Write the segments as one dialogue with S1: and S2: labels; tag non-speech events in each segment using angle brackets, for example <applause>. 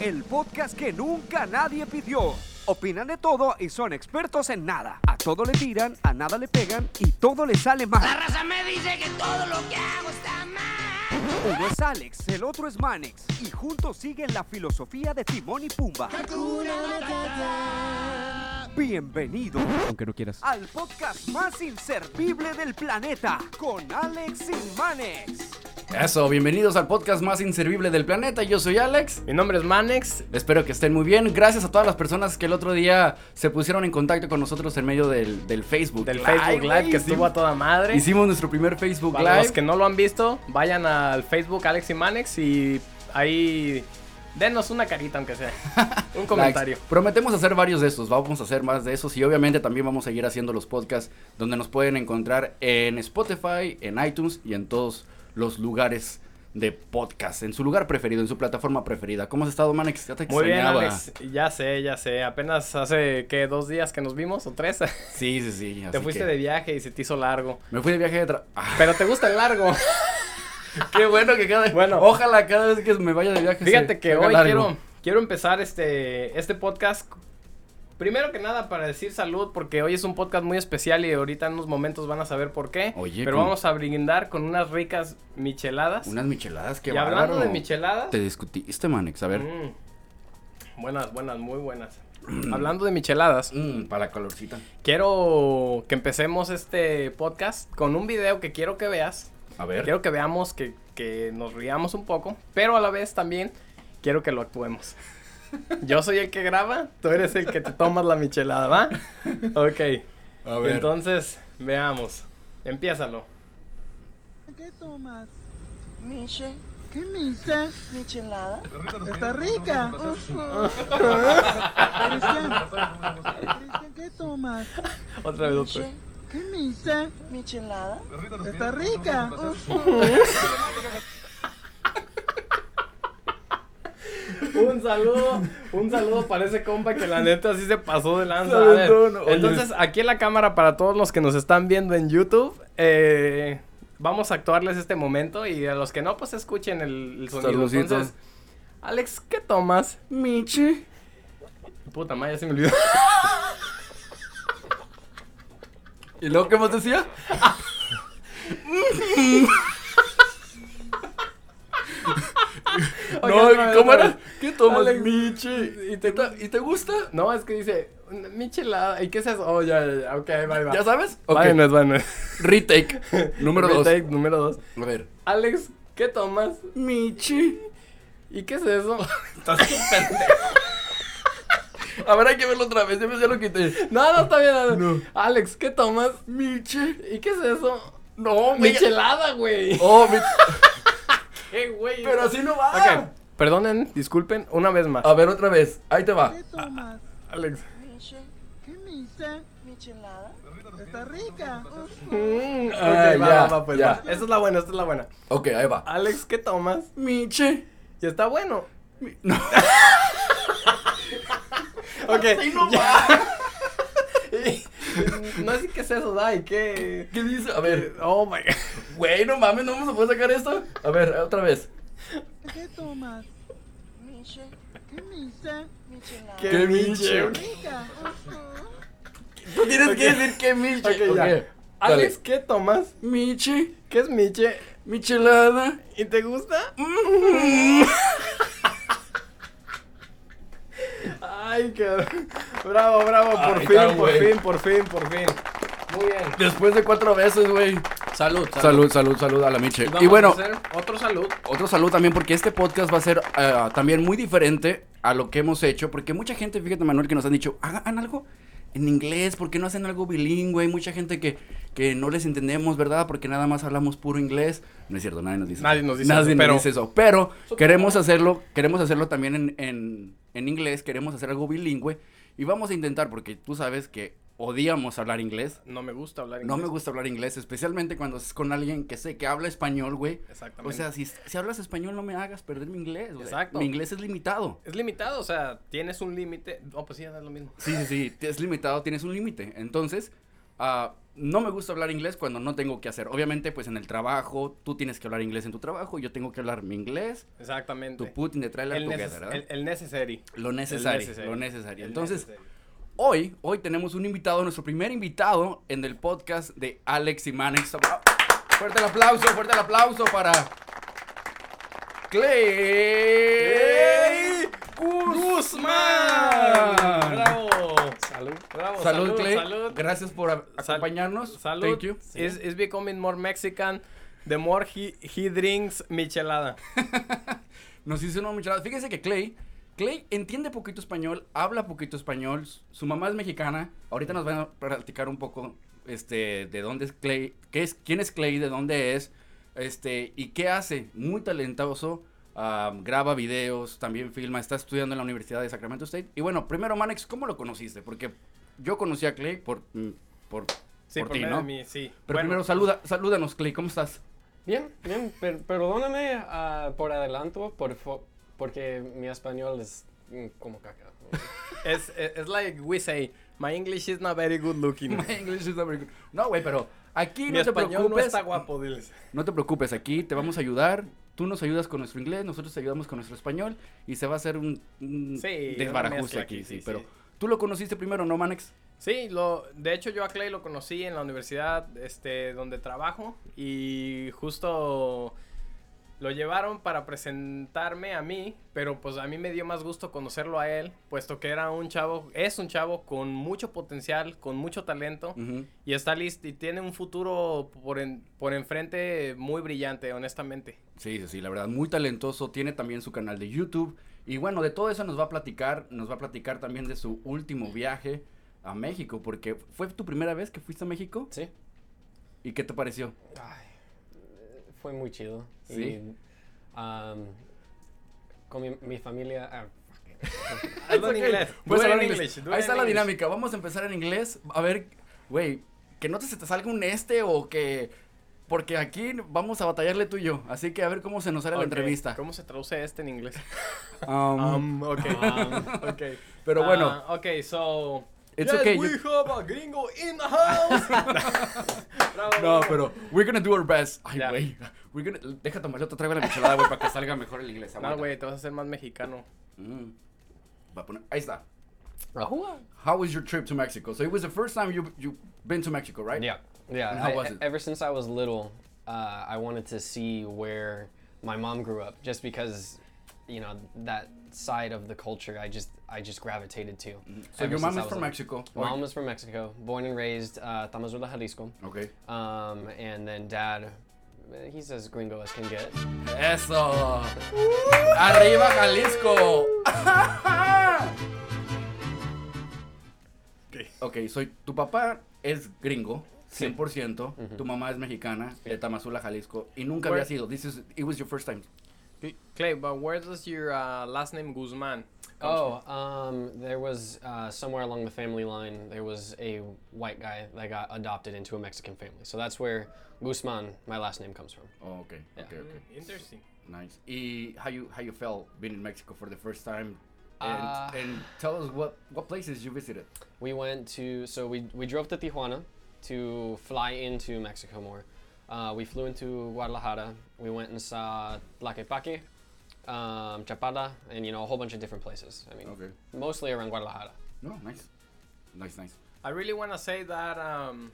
S1: el podcast que nunca nadie pidió. Opinan de todo y son expertos en nada. A todo le tiran, a nada le pegan y todo le sale mal.
S2: La raza me dice que todo lo que hago está mal.
S1: Uno es Alex, el otro es Manex y juntos siguen la filosofía de Timón y Pumba. Bienvenido
S3: aunque no quieras.
S1: al podcast más inservible del planeta con Alex y Manex.
S3: Eso, bienvenidos al podcast más inservible del planeta. Yo soy Alex.
S4: Mi nombre es Manex.
S3: Espero que estén muy bien. Gracias a todas las personas que el otro día se pusieron en contacto con nosotros en medio del, del Facebook
S4: Del
S3: Live,
S4: Facebook Live
S3: güey.
S4: que estuvo a toda madre.
S3: Hicimos nuestro primer Facebook
S4: Para los
S3: Live.
S4: que no lo han visto, vayan al Facebook Alex y Manex y ahí denos una carita
S3: <laughs>
S4: aunque sea. Un comentario.
S3: Likes. Prometemos hacer varios de estos, vamos a hacer más de esos y obviamente también vamos a seguir haciendo los podcasts donde nos pueden encontrar en Spotify, en iTunes y en todos los lugares de podcast, en su lugar preferido, en su plataforma preferida. ¿Cómo has estado, Manex? Ya te
S4: Muy bien,
S3: extrañaba.
S4: Alex. Ya sé, ya sé. Apenas hace, ¿qué? ¿Dos días que nos vimos? ¿O tres?
S3: Sí, sí, sí.
S4: Te
S3: así
S4: fuiste
S3: que-
S4: de viaje y se te hizo largo.
S3: Me fui de viaje de tra- Ah,
S4: Pero te gusta el largo.
S3: <laughs> Qué bueno que cada
S4: Bueno.
S3: ojalá cada vez que me vaya de viaje. se-
S4: Fíjate que
S3: se haga
S4: hoy
S3: largo.
S4: quiero, quiero empezar este, este podcast. Primero que nada para decir salud, porque hoy es un podcast muy especial y ahorita en unos momentos van a saber por qué.
S3: Oye,
S4: pero
S3: con-
S4: vamos a brindar con unas ricas micheladas.
S3: unas micheladas que
S4: y hablando de micheladas.
S3: Te discutiste, Manex, a ver.
S4: mm, buenas, buenas, muy buenas. hablando de micheladas,
S3: Mm, para la calorcita.
S4: quiero que empecemos este podcast con un video que quiero que veas.
S3: A ver.
S4: Quiero que veamos que, que nos riamos un poco, pero a la vez también quiero que lo <laughs> actuemos. Yo soy el que graba, tú eres el que te tomas la michelada, <laughs> ¿va? Ok.
S3: A
S4: Entonces, veamos. Empiézalo.
S5: ¿Qué tomas?
S6: Miche,
S5: ¿Qué misa?
S6: michelada.
S5: ¿Está rica? Cristian, Cristian, ¿qué tomas?
S4: Otra vez, otra vez.
S6: Miche,
S5: ¿Qué misa?
S6: michelada.
S5: ¿Está rica?
S4: Un saludo, un saludo para ese compa que la neta sí se pasó de lanza.
S3: Se
S4: A ver,
S3: aventó uno. Oye.
S4: entonces, aquí en la cámara para todos los que nos están viendo en YouTube, eh, vamos a actuarles este momento y a los que no, pues escuchen el, el sonido.
S3: Saludcita.
S4: Entonces, Alex, ¿qué tomas?
S3: Miche.
S4: Puta madre, ya se
S3: <laughs>
S4: me olvidó.
S3: ¿Y luego qué más decía?
S4: Oigan, otra
S3: no,
S4: vez,
S3: ¿cómo
S4: otra
S3: era?
S4: vez.
S3: ¿Qué tomas,
S4: Alex,
S3: Miche? ¿Y te, ¿Y te gusta?
S4: No, es que dice, "Una michelada, ¿y qué es eso? Oh, ya, ya, ya, ok, bye, bye.
S3: ¿Ya sabes? Ok.
S4: Vámonos, <laughs> vámonos. <laughs>
S3: Retake. Número dos.
S4: Retake número dos.
S3: A ver.
S4: Alex, ¿qué tomas?
S3: Miche.
S4: ¿Y qué es eso? <laughs>
S3: A ver, hay que verlo otra vez. Yo ya lo quité.
S4: No, no está bien. Alex.
S3: No.
S4: Alex, ¿qué tomas?
S3: Miche.
S4: ¿Y qué es eso? <laughs>
S3: No, güey.
S4: Michelada, güey. <laughs>
S3: Oh, Miche.
S4: ¿Qué,
S3: <laughs>
S4: güey?
S3: Pero Ah. así no va.
S4: Ok, perdonen, disculpen, una vez más.
S3: A ver, otra vez. Ahí te va.
S5: ¿Qué tomas?
S4: Alex.
S6: Miche,
S5: ¿Qué misa?
S6: michelada.
S5: ¿Está rica?
S4: Mm, ok,
S3: Ah,
S4: va,
S3: ya,
S4: va, va, pues
S3: ya.
S4: va. Esta es la buena, esta es la buena.
S3: Ok, ahí va.
S4: Alex, ¿qué tomas?
S3: Miche.
S4: Y está bueno.
S3: No.
S4: <laughs> Ok. ya. Y- <laughs> no sé qué es eso, Dai, ¿qué?
S3: ¿Qué dice? A ver.
S4: <laughs> Oh my god.
S3: Güey, no mames, no vamos a poder sacar esto. A ver, otra vez.
S5: ¿Qué tomas?
S6: Miche,
S5: ¿Qué misa?
S6: michelada.
S4: ¿Qué?
S3: ¡Qué
S4: Miche.
S3: Miche!
S5: ¿Rica?
S3: Tú tienes que decir que Miche.
S4: Ok, ya. Alex,
S3: Alex.
S4: ¿qué tomas?
S3: Miche.
S4: ¿Qué es Miche?
S3: Michelada.
S4: ¿Y te gusta?
S3: Mm.
S4: Ay, qué. Bravo, bravo, por
S3: Ahí
S4: fin,
S3: está,
S4: por
S3: güey.
S4: fin, por fin, por fin. Muy bien.
S3: Después de cuatro veces, güey.
S4: Salud,
S3: Salud, salud, salud a la Miche.
S4: Vamos
S3: Y bueno,
S4: a hacer otro salud.
S3: Otro saludo también porque este podcast va a ser ah, también muy diferente a lo que hemos hecho, porque mucha gente, fíjate Manuel, que nos han dicho, hagan algo en inglés, ¿por qué no hacen algo bilingüe? Hay mucha gente que, que no les entendemos, ¿verdad? Porque nada más hablamos puro inglés. No es cierto, nadie nos dice
S4: Nadie
S3: eso.
S4: nos dice eso,
S3: pero...
S4: pero-
S3: eso, pero queremos hacerlo, queremos hacerlo también en, en, en inglés, queremos hacer algo bilingüe y vamos a intentar, porque tú sabes que odiamos hablar inglés.
S4: No me gusta hablar
S3: No
S4: inglés.
S3: me gusta hablar inglés, especialmente cuando es con alguien que sé que habla español, güey. O
S4: Exactamente.
S3: sea, si, si hablas español, no me hagas perder mi inglés. güey.
S4: Exacto.
S3: Mi inglés es limitado.
S4: es limitado, o sea, tienes un límite. Oh, pues sí, es lo mismo.
S3: Sí, sí, sí. Es limitado, tienes un límite. Entonces, ah, no me gusta hablar inglés cuando no tengo que hacer. Obviamente, pues en el trabajo, tú tienes que hablar inglés en tu trabajo, yo tengo que hablar mi inglés,
S4: Exactamente.
S3: tu Putin de trailer
S4: el, neces-
S3: together, ¿verdad?
S4: el, el necessary.
S3: Lo
S4: El
S3: necesario,
S4: necessary.
S3: lo necesario.
S4: El
S3: Entonces,
S4: necessary.
S3: hoy, hoy tenemos un invitado, nuestro primer invitado en el podcast de Alex y Manex. Apla- Fuerte el aplauso, fuerte el aplauso para Clay Guzmán.
S4: ¡Bravo! Salud. Bravo,
S3: Salud, Clay.
S4: salud.
S3: Gracias por a-
S4: Sal-
S3: acompañarnos.
S4: Salud.
S3: Thank you.
S4: Is, is becoming more Mexican the more he, he drinks michelada.
S3: Nos hizo una michelada. Fíjense que Clay, Clay entiende poquito español, habla poquito español, s- su mamá es mexicana. Ahorita nos van a platicar un poco este de dónde es Clay, qué es quién es Clay, de dónde es, este y qué hace. Muy talentoso. ah, graba videos, también filma, está estudiando en la Universidad de Sacramento State. Y bueno, primero Manex, ¿cómo lo conociste? Porque yo conocí a Clay por mm, por,
S4: Sí,
S3: por ti,
S4: medio
S3: ¿no?
S4: de mí, sí.
S3: Pero
S4: Bueno,
S3: primero saluda, salúdanos Clay, ¿cómo estás? <laughs>
S7: Bien, bien, per- perdóname ah, por adelanto, por fo- porque mi español es mm, como caca.
S4: Es, es, es like we say, my English is not very good
S3: <laughs>
S4: looking.
S3: My English is not very good. No, güey, pero aquí
S4: Mi
S3: no te
S4: español
S3: preocupes.
S4: no está guapo, diles.
S3: No te preocupes, aquí te vamos a ayudar. Tú nos ayudas con nuestro inglés, nosotros te ayudamos con nuestro español y se va a hacer un, un
S4: Sí, una
S3: desbarajuste
S4: mezcla
S3: aquí,
S4: aquí,
S3: sí,
S4: sí,
S3: Pero
S4: sí.
S3: tú lo conociste primero, ¿no, Manex?
S4: Sí, lo, de hecho yo a Clay lo conocí en la universidad este, donde trabajo y justo lo llevaron para presentarme a mí, pero pues a mí me dio más gusto conocerlo a él, puesto que era un chavo, es un chavo con mucho potencial, con mucho talento
S3: Ujú.
S4: y está listo y tiene un futuro por, en- por enfrente muy
S3: <laughs>
S4: brillante, honestamente.
S3: Sí, sí, sí, la verdad, muy talentoso. Tiene también su canal de YouTube. Y bueno, de todo eso nos va a platicar. Nos va a platicar también de su último viaje a México, porque fue tu primera vez que fuiste a México.
S7: ¿Sí?
S3: ¿Y qué te pareció?
S7: Ay, eh, fue muy chido.
S3: Sí.
S7: Y, um, con mi, mi familia... ah, fuck it.
S3: Pues,
S4: Hazlo en inglés.
S3: Voy a
S4: do it
S3: hablar
S4: in
S3: inglés.
S4: English, do
S3: Ahí
S4: it
S3: está
S4: in
S3: la
S4: English.
S3: dinámica. Vamos a empezar en inglés. A ver, güey, que no te, se te salga un este o que. Porque aquí vamos a batallarle tú y yo. Así que a ver cómo se nos sale
S4: Ok,
S3: la entrevista.
S4: ¿Cómo se traduce este en inglés?
S3: Um, <laughs>
S4: Um, <laughs> ok. ok.
S3: Pero bueno.
S4: Ah, ok, so.
S3: It's
S4: yes,
S3: okay,
S4: We
S3: you-
S4: have a gringo in
S3: <laughs>
S4: the house. Bravo,
S3: no,
S4: bravo.
S3: pero we're gonna do our best. Ay,
S4: Ya.
S3: güey. We're gonna... Deja tomar, yo te traigo la michelada, güey, para que salga mejor el inglés.
S4: No,
S3: aguanta.
S4: güey, te vas a hacer más mexicano.
S3: Mm. Va a poner- Ahí está. How was your trip to Mexico? So it was the first time you you been to Mexico, right?
S7: Yeah, yeah.
S3: And how
S7: I-
S3: was
S7: e-
S3: it?
S7: Ever since I was little, uh, I wanted to see where my mom grew up, just because, you know, that side of the culture I just I just gravitated to.
S3: Mm-hmm. So
S7: ever
S3: your mom
S7: since I
S3: is
S7: was
S3: from
S7: little.
S3: Mexico.
S7: My
S3: or-
S7: Mom was from Mexico, born and raised uh, Tamazula, Jalisco.
S3: Okay.
S7: Um, and then dad, eh, he's as gringo as can get.
S3: Eso. Arriba Jalisco. ok, soy tu papá es gringo. 100%, tu mamá es mexicana, de Tamazula, Jalisco, y nunca había
S4: Where-
S3: sido. This is, it was your first time.
S4: Clay, but where does your uh, last name Guzman?
S7: Oh, um, there was uh, somewhere along the family line, there was a white guy that got adopted into a Mexican family. So that's where Guzman, my last name, comes from.
S3: Oh, okay, okay, okay,
S4: Interesting.
S3: nice. Y how you how you felt being in Mexico for the first time, and,
S7: Ah.
S3: and tell us what what places you visited.
S7: We went to, so we, we drove to Tijuana to fly into Mexico more. Uh, we flew into Guadalajara. We went and saw Tlaquepaque, um, Chapala, and you know, a whole bunch of different places. I mean,
S3: Okay.
S7: mostly around Guadalajara.
S3: No, nice, nice, nice.
S4: I really want to say that um,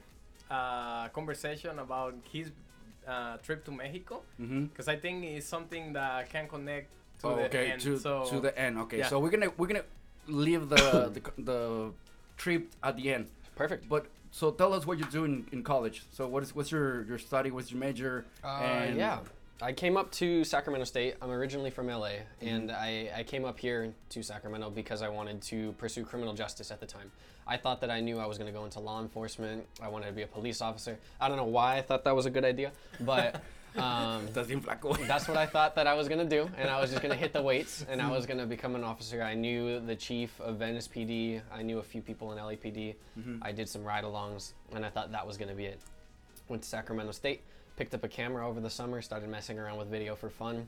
S4: uh, conversation about his uh, trip to Mexico,
S3: Mhm.
S4: because I think it's something that can connect to
S3: oh,
S4: the
S3: okay,
S4: end.
S3: to,
S4: so,
S3: to the end. Okay,
S4: yeah.
S3: so we're gonna we're gonna leave the,
S4: <coughs>
S3: the c- the trip at the end.
S7: Perfect.
S3: But so tell us what you do in, in college. So what is what's your your study? What's your major?
S7: Uh, yeah, I came up to Sacramento State. I'm originally from LA, and I, I came up here to Sacramento because I wanted to pursue criminal justice at the time. I thought that I knew I was going to go into law enforcement. I wanted to be a police officer. I don't know why I thought that was a good idea, but um,
S3: Estás bien flaco.
S7: <laughs>
S3: <laughs>
S7: that's what I thought that I was gonna do, and I was just gonna hit the weights, and I was gonna become an officer. I knew the chief of Venice PD. I knew a few people in LAPD. I did some ride-alongs, and I thought that was gonna be it. Went to Sacramento State, picked up a camera over the summer, started messing around with video for fun,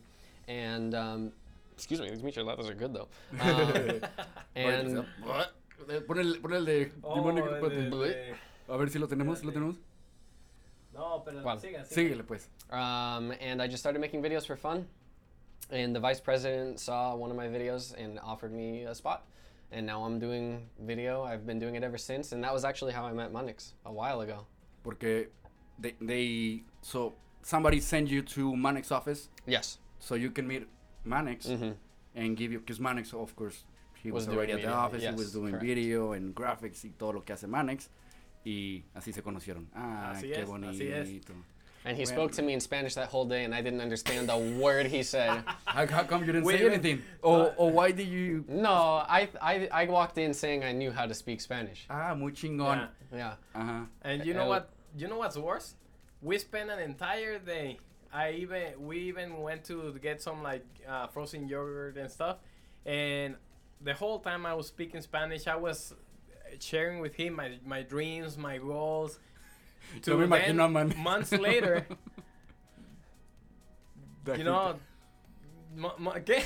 S7: and um, excuse me, these micheladas are good though. Um, and
S3: eh, Pon el, pon el de
S4: Oh,
S3: limón negro- eh.
S4: el- el-
S3: A ver si lo tenemos, lo tenemos.
S4: No, pero
S7: ¿Cuál?
S4: sigan, sigan.
S3: Síguele, pues.
S7: Um, and I just started making videos for fun. And the vice president saw one of my videos and offered me a spot. And now I'm doing video. I've been doing it ever since. And that was actually how I met Monix a while ago.
S3: Porque they, they so somebody send you to Manek's office
S7: Yes.
S3: so you can meet Manex and give you because Manex of course he was,
S7: Was doing
S3: already at the
S7: media,
S3: office, he
S7: yes,
S3: was doing
S7: correct.
S3: video and graphics y todo lo que hace Manex y así se conocieron. Ah,
S4: Así
S3: qué
S4: es,
S3: bonito.
S4: así es.
S7: And he
S3: Well-
S7: spoke to me in Spanish that whole day, and I didn't understand a word he said.
S3: How, how come you didn't
S4: Wait,
S3: say
S4: you-
S3: anything? Or, or why did you?
S7: No, I, I, I walked in saying I knew how to speak Spanish.
S3: Ah, muy chingón.
S4: Yeah.
S7: Yeah.
S3: Ajá.
S4: And you know
S7: Uh,
S4: what? You know what's worse? We spent an entire day. I even we even went to get some like uh, frozen yogurt and stuff, and the whole time I was speaking Spanish, I was sharing with him my, my dreams,
S3: <laughs>
S4: my goals.
S3: Yo me imagino a Man- <laughs>
S4: months later, you know, mo- mo- ¿qué?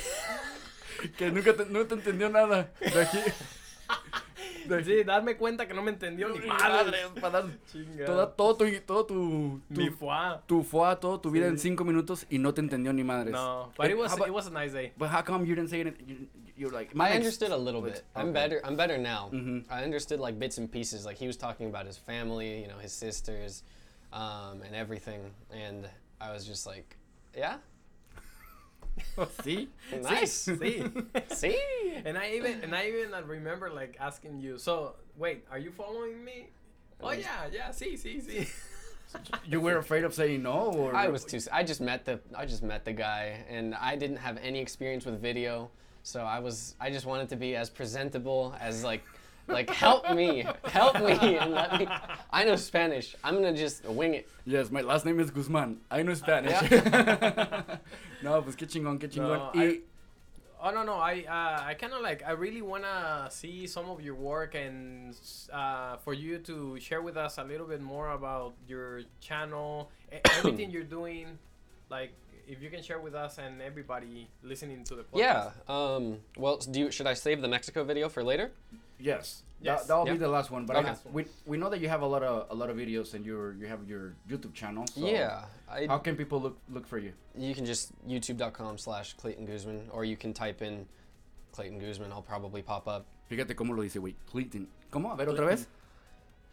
S3: que nunca te, no te entendió nada.
S4: <laughs>
S3: De aquí.
S4: Sí, darme cuenta que no me entendió ni madre.
S3: Para dar
S4: Chingado.
S3: toda, todo tu, todo tu, tu,
S4: Mi foie.
S3: tu fue todo tu vida en cinco minutos y no te entendió ni madres.
S4: No, but it was
S3: eh, how about-
S4: it was a nice day.
S3: But how come you didn't say it? You, you're like,
S7: I
S3: "Manex."
S7: understood a little
S3: Like,
S7: bit. I'm
S3: okay. Mm-hmm.
S7: better. I'm better now. I understood like bits and pieces. Like he was talking about his family, you know, his sisters, um, and everything. And I was just like,
S3: <laughs>
S7: yeah,
S3: ¿Sí? <laughs>
S7: nice.
S4: Sí.
S7: See?
S4: And I even and I even uh, remember like asking you. So wait, are you following me? Oh yeah, yeah, sí, sí, sí.
S3: You were afraid of saying no? Or
S7: I was too. s- I just met the. I just met the guy, and I didn't have any experience with video, so I was. I just wanted to be as presentable as like, like help me, help me, and let me. <laughs> I know Spanish. I'm gonna just wing it.
S3: Yes, my last name is Guzmán. I know Spanish. <laughs> no, pues qué chingón, qué chingón.
S4: No,
S3: y,
S4: I- Oh no no, I uh, I kind of like I really wanna see some of your work and uh, for you to share with us a little bit more about your channel, e- everything you're doing, like if you can share with us and everybody listening to the
S7: Yeah.
S4: podcast.
S7: Um. Well, do you, should I save the Mexico video for later?
S3: yes,
S4: Yes.
S3: That, that'll be
S7: Yeah.
S3: the last one. But I-
S7: Okay.
S3: we, we know that you have a lot of a lot of videos and you you have your YouTube channel. So
S7: yeah. I,
S3: How can people look look for you?
S7: you can just youtube.com slash Clayton Guzman, or you can type in Clayton Guzman. I'll probably pop up.
S3: Fíjate cómo lo dice, güey. Clinton. ¿Cómo? A ver, otra vez.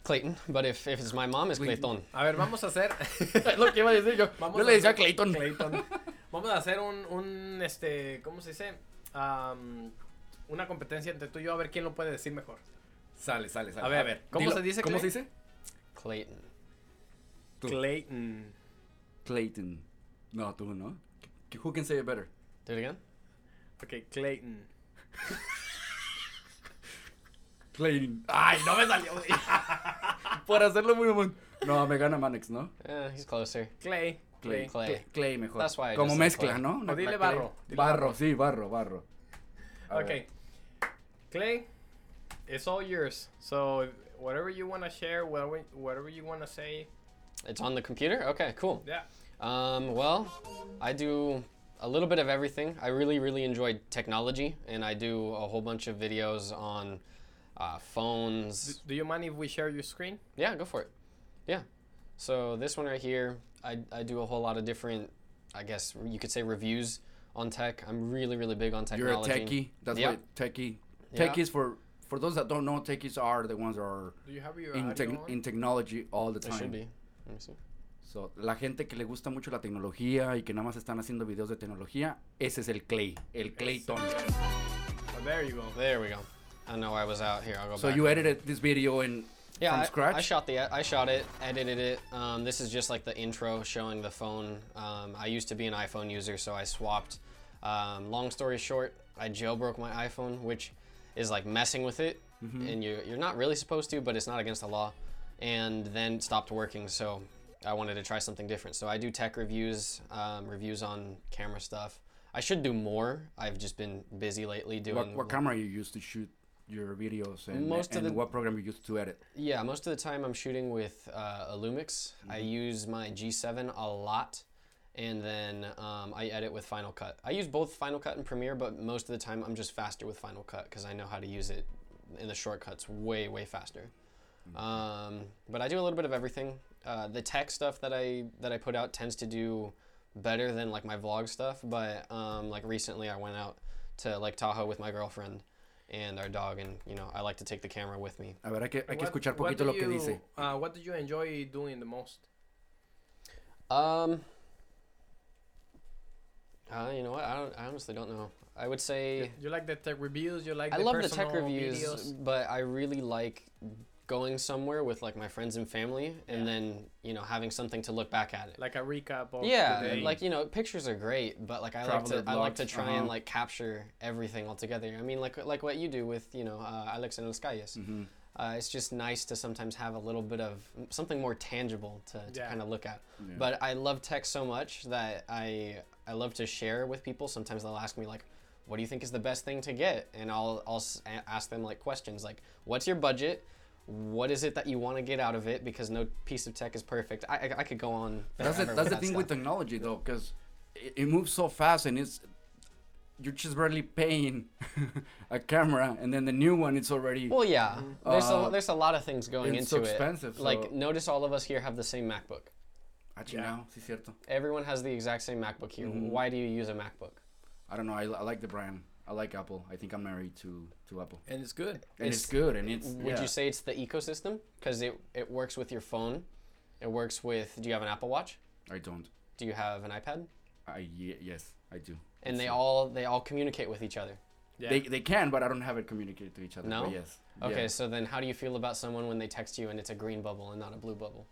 S7: Clayton, <laughs> but if, if it's my mom, it's
S3: Clayton.
S7: Clayton.
S4: A ver, vamos
S3: <laughs>
S4: a hacer.
S3: Lo que iba a decir yo.
S4: Vamos
S3: yo le
S4: a
S3: decía
S4: hacer-
S3: Clayton.
S4: Clayton. Vamos a hacer un, un, este, ¿cómo se dice? Am, una competencia entre tú y yo a ver quién lo puede decir mejor.
S3: Sale, sale, sale.
S4: A ver, a ver. ¿Cómo
S3: Dilo.
S4: se dice,
S3: ¿Cómo
S4: Clay?
S3: se dice?
S7: Clayton.
S3: Tú.
S4: Clayton.
S3: Clayton. No, tú no. C- Who can say it better?
S7: Do it again.
S4: Ok, Clayton.
S3: Clayton. Ay, no me salió. güey. <laughs> Por hacerlo muy mamón. No, me gana Manex, ¿no?
S7: Eh, he's closer.
S4: Clay. Clay.
S7: Clay.
S3: Cl- Clay mejor.
S7: That's why I
S3: Como
S7: just said
S3: mezcla,
S7: Clay.
S3: ¿no? Una-
S4: dile
S3: la Clay.
S4: barro, dile
S3: Barro, sí, barro, barro. A
S4: Okay.
S3: ver.
S4: Clay, it's all yours. So if- whatever you want to share, whatever, whatever you want to say,
S7: It's on the computer? Okay, cool.
S4: yeah.
S7: Um, well, I do a little bit of everything. I really, really enjoy technology, and I do a whole bunch of videos on uh, phones.
S4: Do you mind if we share your screen?
S7: Yeah, go for it. Yeah. So this one right here, I, I do a whole lot of different, I guess you could say reviews on tech. I'm really, really big on
S3: You're a
S7: technology.
S3: techie. That's
S7: Yeah.
S3: why techie.
S7: Yeah.
S3: Techies for for those that don't know, techies are the ones that are
S4: Do you have your
S3: in,
S4: audio
S3: tec-
S4: on?
S3: in technology all the time.
S7: I should be. Let me see.
S3: So, la gente que le gusta mucho la tecnología y que nada más están haciendo videos de tecnología, ese es el Clay, el Clayton.
S4: Oh, there you go.
S7: There we go. I know I was out here. I'll go
S3: So
S7: back.
S3: you edited this video and
S7: yeah,
S3: from
S7: I,
S3: scratch?
S7: I shot the I shot it, edited it. Um, this is just like the intro showing the phone. Um, I used to be an iPhone user, so I swapped. Um, long story short, I jailbroke my iPhone, which is like messing with it,
S3: Mm-hmm.
S7: and you you're not really supposed to, but it's not against the law. And then stopped working, so I wanted to try something different. So I do tech reviews, um, reviews on camera stuff. I should do more. I've just been busy lately doing.
S3: what, what camera you use to shoot your videos and,
S7: Most of
S3: and
S7: the-
S3: what program you use to edit?
S7: Yeah, most of the time I'm shooting with uh, a Lumix. I use my G7 a lot, and then um, I edit with Final Cut. I use both Final Cut and Premiere, but most of the time I'm just faster with Final Cut because I know how to use it in the shortcuts way, way faster. Um, but I do a little bit of everything. Uh, the tech stuff that I that I put out tends to do better than like my vlog stuff. But um, like recently, I went out to like Tahoe with my girlfriend and our dog, and you know I like to take the camera with me.
S3: A ver, hay que, hay que
S4: What-
S3: escuchar
S4: what
S3: poquito
S4: do
S3: lo que
S4: you-
S7: <laughs>
S3: dice.
S4: uh, what do you enjoy doing the most?
S7: Um, uh, you know what? I don't. I honestly don't know. I would say
S4: You like the tech reviews? You like
S7: I
S4: the
S7: love the tech
S4: personal
S7: reviews,
S4: videos?
S7: but I really like going somewhere with like my friends and family, and then you know having something to look back at it.
S4: Like a recap of
S7: yeah,
S4: the day.
S7: like you know, pictures are great, but like I
S3: Traveler
S7: like to I like
S3: blogs,
S7: to try
S3: uh-huh.
S7: and like capture everything all together. I mean, like like what you do with you know uh, Alex and Los Calles.
S3: Mm-hmm.
S7: Uh, it's just nice to sometimes have a little bit of something more tangible to, to
S4: Yeah.
S7: kind of look at. But I love tech so much that I I love to share with people. Sometimes they'll ask me like, "What do you think is the best thing to get?" And I'll I'll s- a- ask them like questions like, "What's your budget?" What is it that you want to get out of it? Because no piece of tech is perfect. I, I, I could go on.
S3: That's the,
S7: forever
S3: that's the
S7: that
S3: thing
S7: stuff.
S3: with technology though, because it, it moves so fast and it's you're just barely paying <laughs> a camera, and then the new one it's already.
S7: Well, yeah. There's
S3: Uh,
S7: a, there's a lot of things going
S3: it's
S7: into
S3: so
S7: it.
S3: expensive, so-
S7: Like notice all of us here have the same MacBook.
S3: ah, chingado, sí, cierto.
S7: Everyone has the exact same MacBook here.
S3: Mm-hmm.
S7: Why do you use a MacBook?
S3: I don't know. I, I like the brand. I like Apple. I think I'm married to to Apple,
S4: and it's good.
S3: and it's,
S7: It's-
S3: good. And it's
S7: Would
S3: yeah.
S7: you say it's the ecosystem? Because it it works with your phone. It works with. Do you have an Apple Watch?
S3: I don't.
S7: Do you have an iPad?
S3: I ye- yes, I do.
S7: And they all they all communicate with each other.
S4: Yeah.
S3: They, they can, but I don't have it communicated to each other.
S7: No.
S3: but Oh, yes.
S7: Okay,
S3: Yeah.
S7: so then how do you feel about someone when they text you and it's a green bubble and not a blue bubble?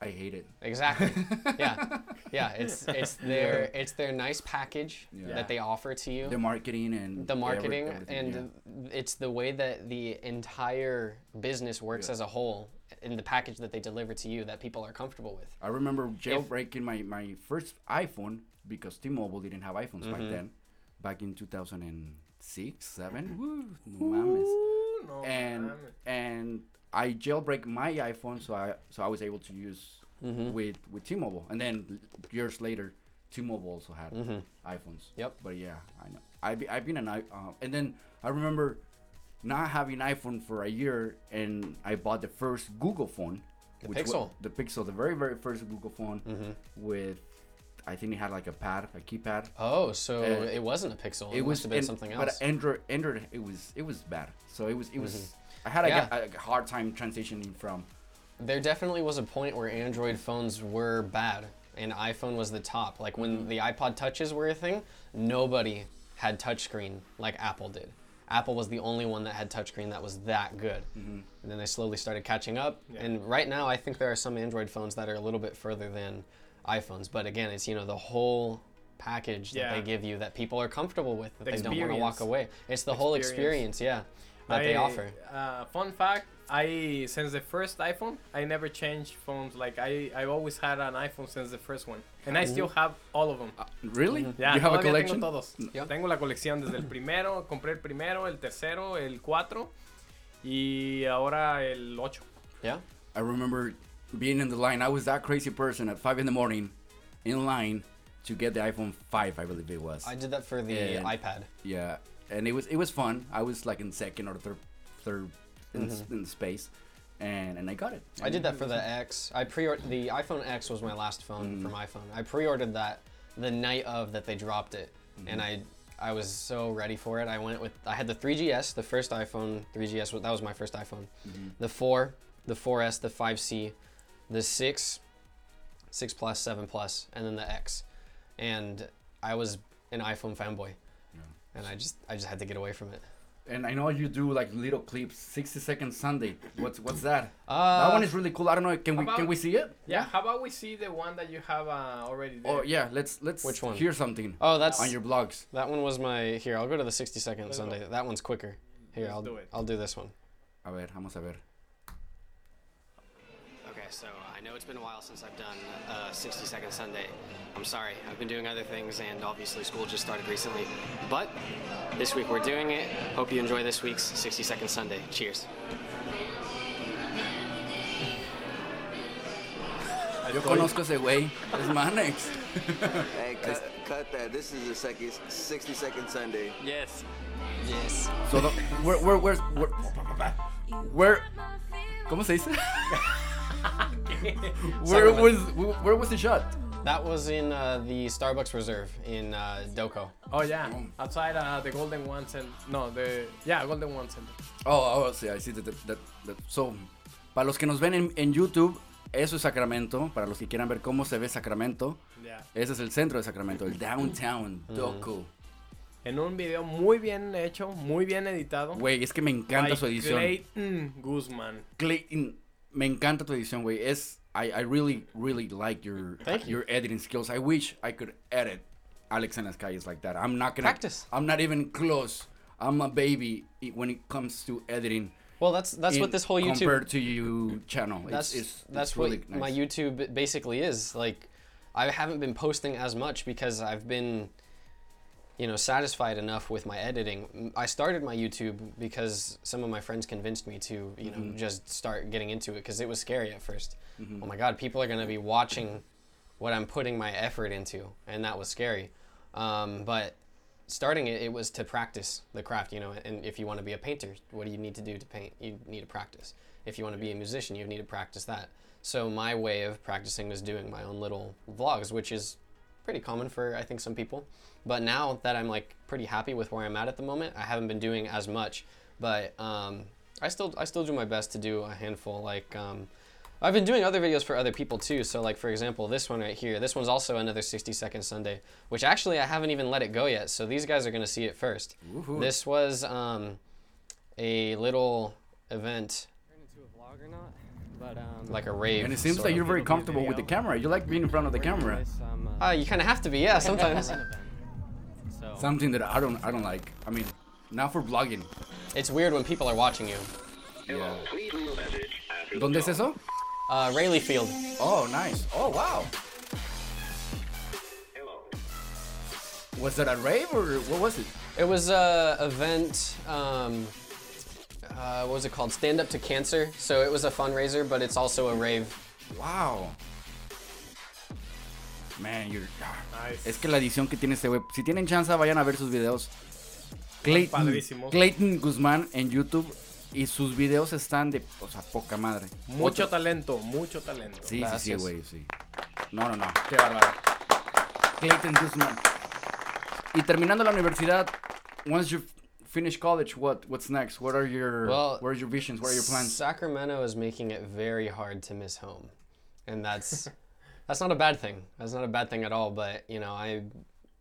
S3: I hate it.
S7: Exactly.
S3: <laughs>
S7: yeah, yeah. It's it's their it's their nice package
S3: Yeah.
S7: that they offer to you.
S3: The marketing and
S7: the
S3: every-
S7: marketing
S3: everything, yeah.
S7: and it's the way that the entire business works as a whole in the package that they deliver to you that people are comfortable with
S3: I remember jailbreaking my, my first iPhone because T-Mobile didn't have iPhones back
S7: Mm-hmm.
S3: then, back in 2006, 7. Woo, no mames.
S4: no
S3: and
S4: mames.
S3: and I jailbreak my iPhone so I so I was able to use
S7: Mm-hmm.
S3: with with T-Mobile. And then years later, T-Mobile also had iPhones.
S7: Mm-hmm. Yep.
S3: But yeah, I know. I be, I've been an i- uh, and then I remember not having iPhone for a year and I bought the first Google phone. The
S7: Pixel. Mm-hmm.
S3: the Pixel, the very very first Google phone with, I think it had like a pad, a keypad.
S7: oh so
S3: Uh,
S7: it wasn't a pixel it,
S3: it was
S7: must have been
S3: and-
S7: something
S3: But
S7: else
S3: Android, Android, it was it was bad. So it was it was. I had
S7: Mm-hmm. Yeah.
S3: a, a hard time transitioning from.
S7: there definitely was a point where android phones were bad and iphone was the top like when the ipod touches were a thing nobody had touchscreen like apple did apple was the only one that had touchscreen that was that good and then they slowly started catching up and right now i think there are some android phones that are a little bit further than iphones but again it's you know the whole package that
S4: Yeah.
S7: they give you that people are comfortable with that
S4: The
S7: they don't want to walk
S4: experience.
S7: away it's the whole
S4: Experience.
S7: experience yeah that they
S4: I-
S7: offer
S4: Uh, fun fact: I since the first iPhone, I never changed phones. Like I, I always had an iPhone since the first one, and I still have all of
S7: Uh,
S4: them.
S3: Really?
S7: Mm-hmm.
S4: Yeah,
S3: you have a
S4: todavía
S3: collection?
S4: tengo todos.
S7: Yeah.
S4: Tengo la colección desde el primero, compré el primero, el tercero, el cuatro y ahora el ocho.
S7: yeah
S3: I remember being in the line. I was that crazy person at five in the morning, in line to get the iPhone five. I believe it was.
S7: i did that for the
S3: And-
S7: ipad
S3: Yeah, and it was it was fun. I was like in second or third, third in, s- in space, and and I got it.
S7: Mm-hmm. I did that for the X. I pre the iPhone X was my last phone
S4: Mm.
S7: from iPhone. I pre-ordered that the night of that they dropped it, and
S4: Mm-hmm.
S7: I I was so ready for it. I went with I had the 3GS, the first iPhone 3GS. was- That was my first iPhone.
S4: Mm-hmm.
S7: The four, the 4S, the 5C, the six, six plus, seven plus, and then the X. And I was an iPhone fanboy, and I just I just had to get away from it.
S3: And I know you do like little clips, sixty second Sunday. What's what's that? Uh, that one is really cool. I don't know. Can we
S4: about-
S3: can we see it?
S4: Yeah. How about we see the one that you have uh, already? There?
S3: Oh yeah. Let's let's
S7: Which one?
S3: hear something.
S7: Oh, that's
S3: on your blogs.
S7: That one was my here. I'll go to the 60 second Sunday. That one's quicker. Here,
S4: Let's
S7: I'll
S4: do it.
S7: I'll do this one.
S3: A ver, vamos a ver.
S7: Okay, so I know it's been a while since I've done uh, 60 second Sunday. I'm sorry. I've been doing other things, and obviously school just started recently. But this week we're doing it. Hope you enjoy this week's 60 second Sunday. Cheers.
S3: Yo conozco ese güey. Es Manex.
S8: Hey, cut, cut that. This is a second, 60 second Sunday.
S7: Yes. Yes.
S3: So the, we're, we're we're we're we're ¿Cómo se dice? <laughs>
S7: <laughs>
S3: where, was, where was the shot?
S7: That was in uh, the Starbucks Reserve in uh, Doko.
S4: Oh, yeah. Outside uh, the Golden One Center. No, the. Yeah, Golden One Center.
S3: Oh, oh, sí, I see that, that- that- that- So, para los que nos ven en, en YouTube, eso es Sacramento. Para los que quieran ver cómo se ve Sacramento,
S4: Yeah.
S3: ese es el centro de Sacramento, el downtown, Doku.
S4: En un video muy bien hecho, muy bien editado.
S3: Güey, es que me encanta
S4: by
S3: su edición.
S4: Clayton Guzman.
S3: Clayton, me encanta tu edición, güey. Es I, I really really like your
S7: Thank you.
S3: your editing skills. I wish I could edit Alex and las calles like that. I'm not gonna
S7: Practice.
S3: I'm not even close. I'm a baby i- when it comes to editing.
S7: Well, that's that's
S3: in-
S7: what this whole YouTube.
S3: compared to you channel.
S7: that's
S3: it's, it's,
S7: that's
S3: it's
S7: what
S3: really nice.
S7: my YouTube basically is. Like, I haven't been posting as much because I've been, you know, satisfied enough with my editing. M- I started my YouTube because some of my friends convinced me to, you know,
S3: Mm-hmm.
S7: just start getting into it because it was scary at 1st Oh my God, people are gonna be watching what I'm putting my effort into, and that was scary. Um, but starting it, it was to practice the craft, you know. And if you want to be a painter, what do you need to do to paint? You need to practice. If you want to be a musician, you need to practice that. So my way of practicing was doing my own little vlogs, which is pretty common for I think some people. But now that I'm like pretty happy with where I'm at at the moment, I haven't been doing as much, but um, I still I still do my best to do a handful. Like um, I've been doing other videos for other people too. So like for example, this one right here, this one's also another 60 second Sunday, which actually I haven't even let it go yet. So these guys are gonna see it 1st This was um, a little event
S9: into a vlog or not, but um,
S7: like a rave.
S3: and it seems
S7: sort
S3: that
S7: of.
S3: you're very comfortable with the camera. You like being in front of the
S9: we're gonna
S3: camera.
S9: try Some, uh,
S7: Uh, you kind of have to be, yeah. Sometimes
S9: run event. So
S3: Something that I don't I don't like. I mean, not for vlogging.
S7: it's weird when people are watching you.
S3: Yeah. ¿Dónde es eso?
S7: Uh, Rayleigh Field.
S3: Oh, nice. Oh, wow. Was that a rave or what was it?
S7: It was a event. Um, uh, what was it called? Stand Up to Cancer. So it was a fundraiser, but it's also a rave.
S3: Wow. Man, you're. ah.
S4: Nice.
S3: Es que la edición que tiene este web. Si tienen chance, vayan a ver sus videos. Clayton,
S4: padrísimos.
S3: Clayton Guzmán en YouTube. Y sus videos están de. O sea, poca madre.
S4: Mucho
S3: Otro-
S4: talento, mucho talento.
S3: Sí, sí, sí,
S7: Gracias.
S3: güey, sí. No, no, no.
S4: Qué bárbaro.
S3: Clayton Guzmán. Y terminando la universidad, once you finish college, what what's next? What are your
S7: Well,
S3: what are your visions? What are your plans?
S7: Sacramento is making it very hard to miss home, and that's <laughs> that's not a bad thing. That's not a bad thing at all. But you know, I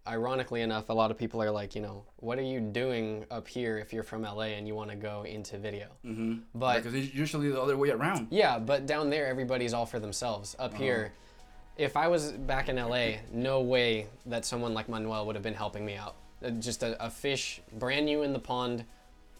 S7: ironically enough, a lot of people are like, you know, what are you doing up here if you're from LA and you want to go into video? Mm-hmm. But
S3: Because it's usually the other way around.
S7: Yeah, but down there, everybody's all for themselves. Up here, if I was back in LA, no way that someone like Manuel would have been helping me out. Uh, Just a, a fish brand new in the pond.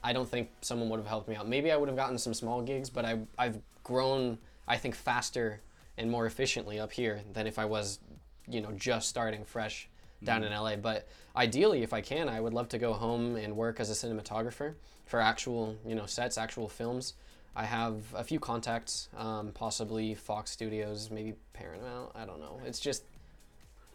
S7: I don't think someone would have helped me out. Maybe I would have gotten some small gigs, but I, I've grown, I think, faster and more efficiently up here than if I was, you know, just starting fresh
S3: Mm-hmm.
S7: down in LA. But ideally, if I can, I would love to go home and work as a cinematographer for actual, you know, sets, actual films. I have a few contacts, um, possibly Fox Studios, maybe Paramount. I don't know. It's just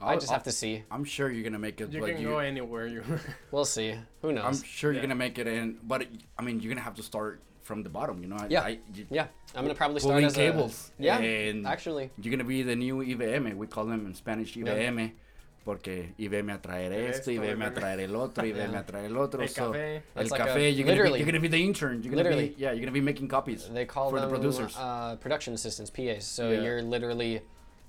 S7: i
S3: I'll-
S7: just
S3: I'll-
S7: have to see.
S3: Oh, I'm sure you're gonna make it.
S4: You
S3: but
S4: can go anywhere you.
S7: We'll see. Who knows?
S3: I'm sure you're
S4: Yeah.
S3: gonna make it in, but it- I mean, you're gonna have to start from the bottom. You know? I-
S7: yeah,
S3: I- you-
S7: yeah. I'm gonna probably start
S3: Pulling
S7: as a-
S3: cables.
S7: yeah,
S3: and
S7: actually,
S3: You're gonna be the new IBM. We call them in Spanish IBM. Porque IBM a traer esto,
S4: Esto,
S3: IBM a
S4: IBM.
S3: traer el otro, IBM a traer el otro.
S4: El
S3: so,
S4: café.
S3: El
S7: That's like a-
S3: café. you're, gonna be,
S7: literally.
S3: you're gonna be the intern. You're gonna
S7: Literally.
S3: be, yeah, you're gonna be making copies
S7: they call
S3: for
S7: them
S3: the producers.
S7: Uh, production assistants, PAs. So
S3: Yeah.
S7: you're literally,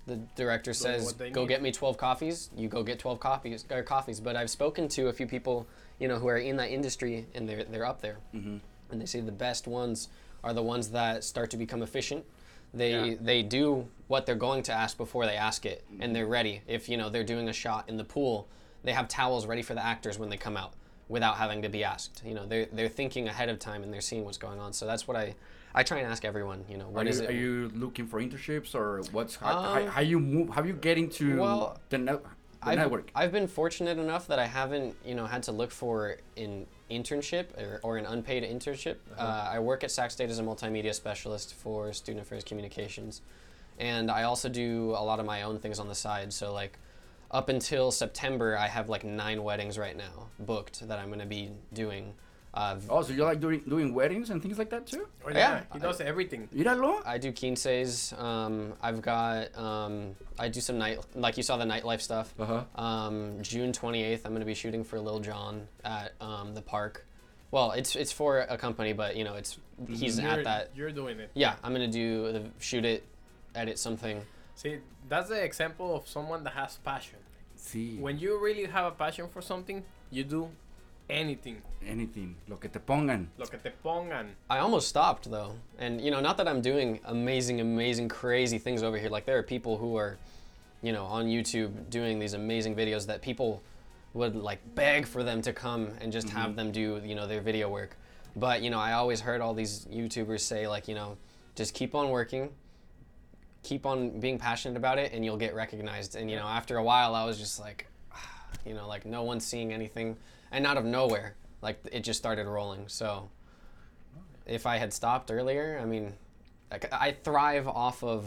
S7: the director says,
S4: what they
S7: "Go
S4: need."
S7: get me 12 coffees." You go get 12 coffees or coffees. But I've spoken to a few people, you know, who are in that industry, and they're they're up there, mm-hmm. and they say the best ones are the ones that start to become efficient. They
S4: Yeah.
S7: they do what they're going to ask before they ask it, and they're ready. If you know they're doing a shot in the pool, they have towels ready for the actors when they come out without having to be asked. You know, they're they're thinking ahead of time and they're seeing what's going on. So that's what I I try and ask everyone. You know,
S3: are,
S7: what
S3: you,
S7: is
S3: are
S7: it? Um,
S3: you looking for internships or what's how, how, how you move? How you getting to
S7: well,
S3: the, net, the
S7: I've,
S3: network?
S7: I've been fortunate enough that I haven't, you know, had to look for an internship or, or an unpaid internship. uh I work at Sac State as a multimedia specialist for Student Affairs Communications, and I also do a lot of my own things on the side. So like, up until September, I have like nine weddings right now booked that I'm going to be doing. Uh,
S3: Oh, so you like doing doing weddings and things like that too?
S4: <laughs> Oh,
S7: Yeah.
S4: He does everything.
S3: Míralo.
S7: I do quinces. Um, I've got um, I do some night like you saw the nightlife stuff.
S3: Uh-huh.
S7: Um, June 28th, I'm gonna be shooting for Lil Jon at um, the park. Well, it's it's for a company, but you know it's he's
S4: You're,
S7: at that.
S4: you're doing it.
S7: Yeah, I'm gonna do the shoot it, edit something.
S4: See, that's the example of someone that has passion.
S3: Sí.
S4: When you really have a passion for something, you do anything.
S3: Anything. Lo que te pongan.
S4: Lo que te pongan.
S7: I almost stopped though, and you know, not that I'm doing amazing, amazing, crazy things over here. Like there are people who are, you know, on YouTube doing these amazing videos that people would like beg for them to come and just have them do, you know, their video work. But you know, I always heard all these YouTubers say like, you know, just keep on working, keep on being passionate about it, and you'll get recognized. And you know, after a while, I was just like, <sighs> you know, like no one's seeing anything, and out of nowhere, like it just started rolling. So if I had stopped earlier, I mean, like, I thrive off of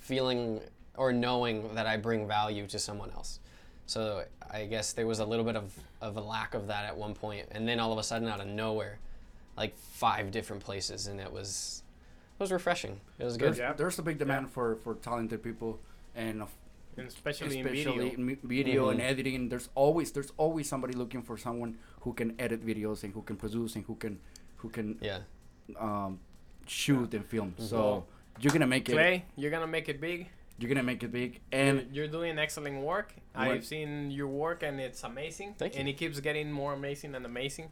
S7: feeling or knowing that I bring value to someone else. So I guess there was a little bit of, of a lack of that at one point, and then all of a sudden, out of nowhere, like five different places, and it was it was refreshing. It was good.
S3: There's, there's a big demand for for talented people and of
S4: And especially, in
S3: especially
S4: video.
S3: in mi- video and editing there's always there's always somebody looking for someone who can edit videos and who can produce and who can who can
S7: Yeah.
S3: um, shoot and film so you're gonna make it
S4: Clay, you're gonna make it big.
S3: you're gonna make it big
S4: You're,
S3: and
S4: you're doing excellent work.
S3: Well-
S4: I've seen your work and it's amazing.
S7: Thank you.
S4: And it keeps getting more amazing and amazing.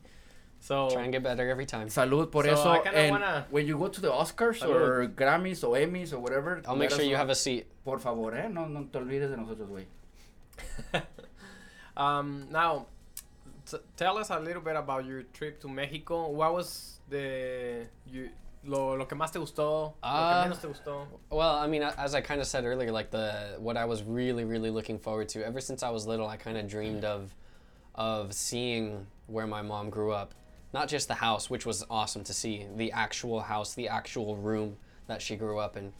S4: So
S7: Try and get better every time.
S3: salud por
S4: So, I
S3: eso
S4: kinda
S3: and
S4: wanna-
S3: when you go to the Oscars or
S4: Salud.
S3: Grammys or Emmys or whatever
S7: I'll make
S3: let us
S7: sure you
S3: know.
S7: have a seat.
S3: por favor eh no, no te olvides de nosotros güey
S4: <laughs> Um, now, t- tell us a little bit about your trip to Mexico. What was the you, lo, lo que más te gustó?
S7: Ah.
S4: lo que menos te gustó?
S7: Well, I mean, as I kind of said earlier, like the what I was really, really looking forward to ever since I was little, I kind of dreamed of, of seeing where my mom grew up, not just the house, which was awesome to see, the actual house, the actual room that she grew up in,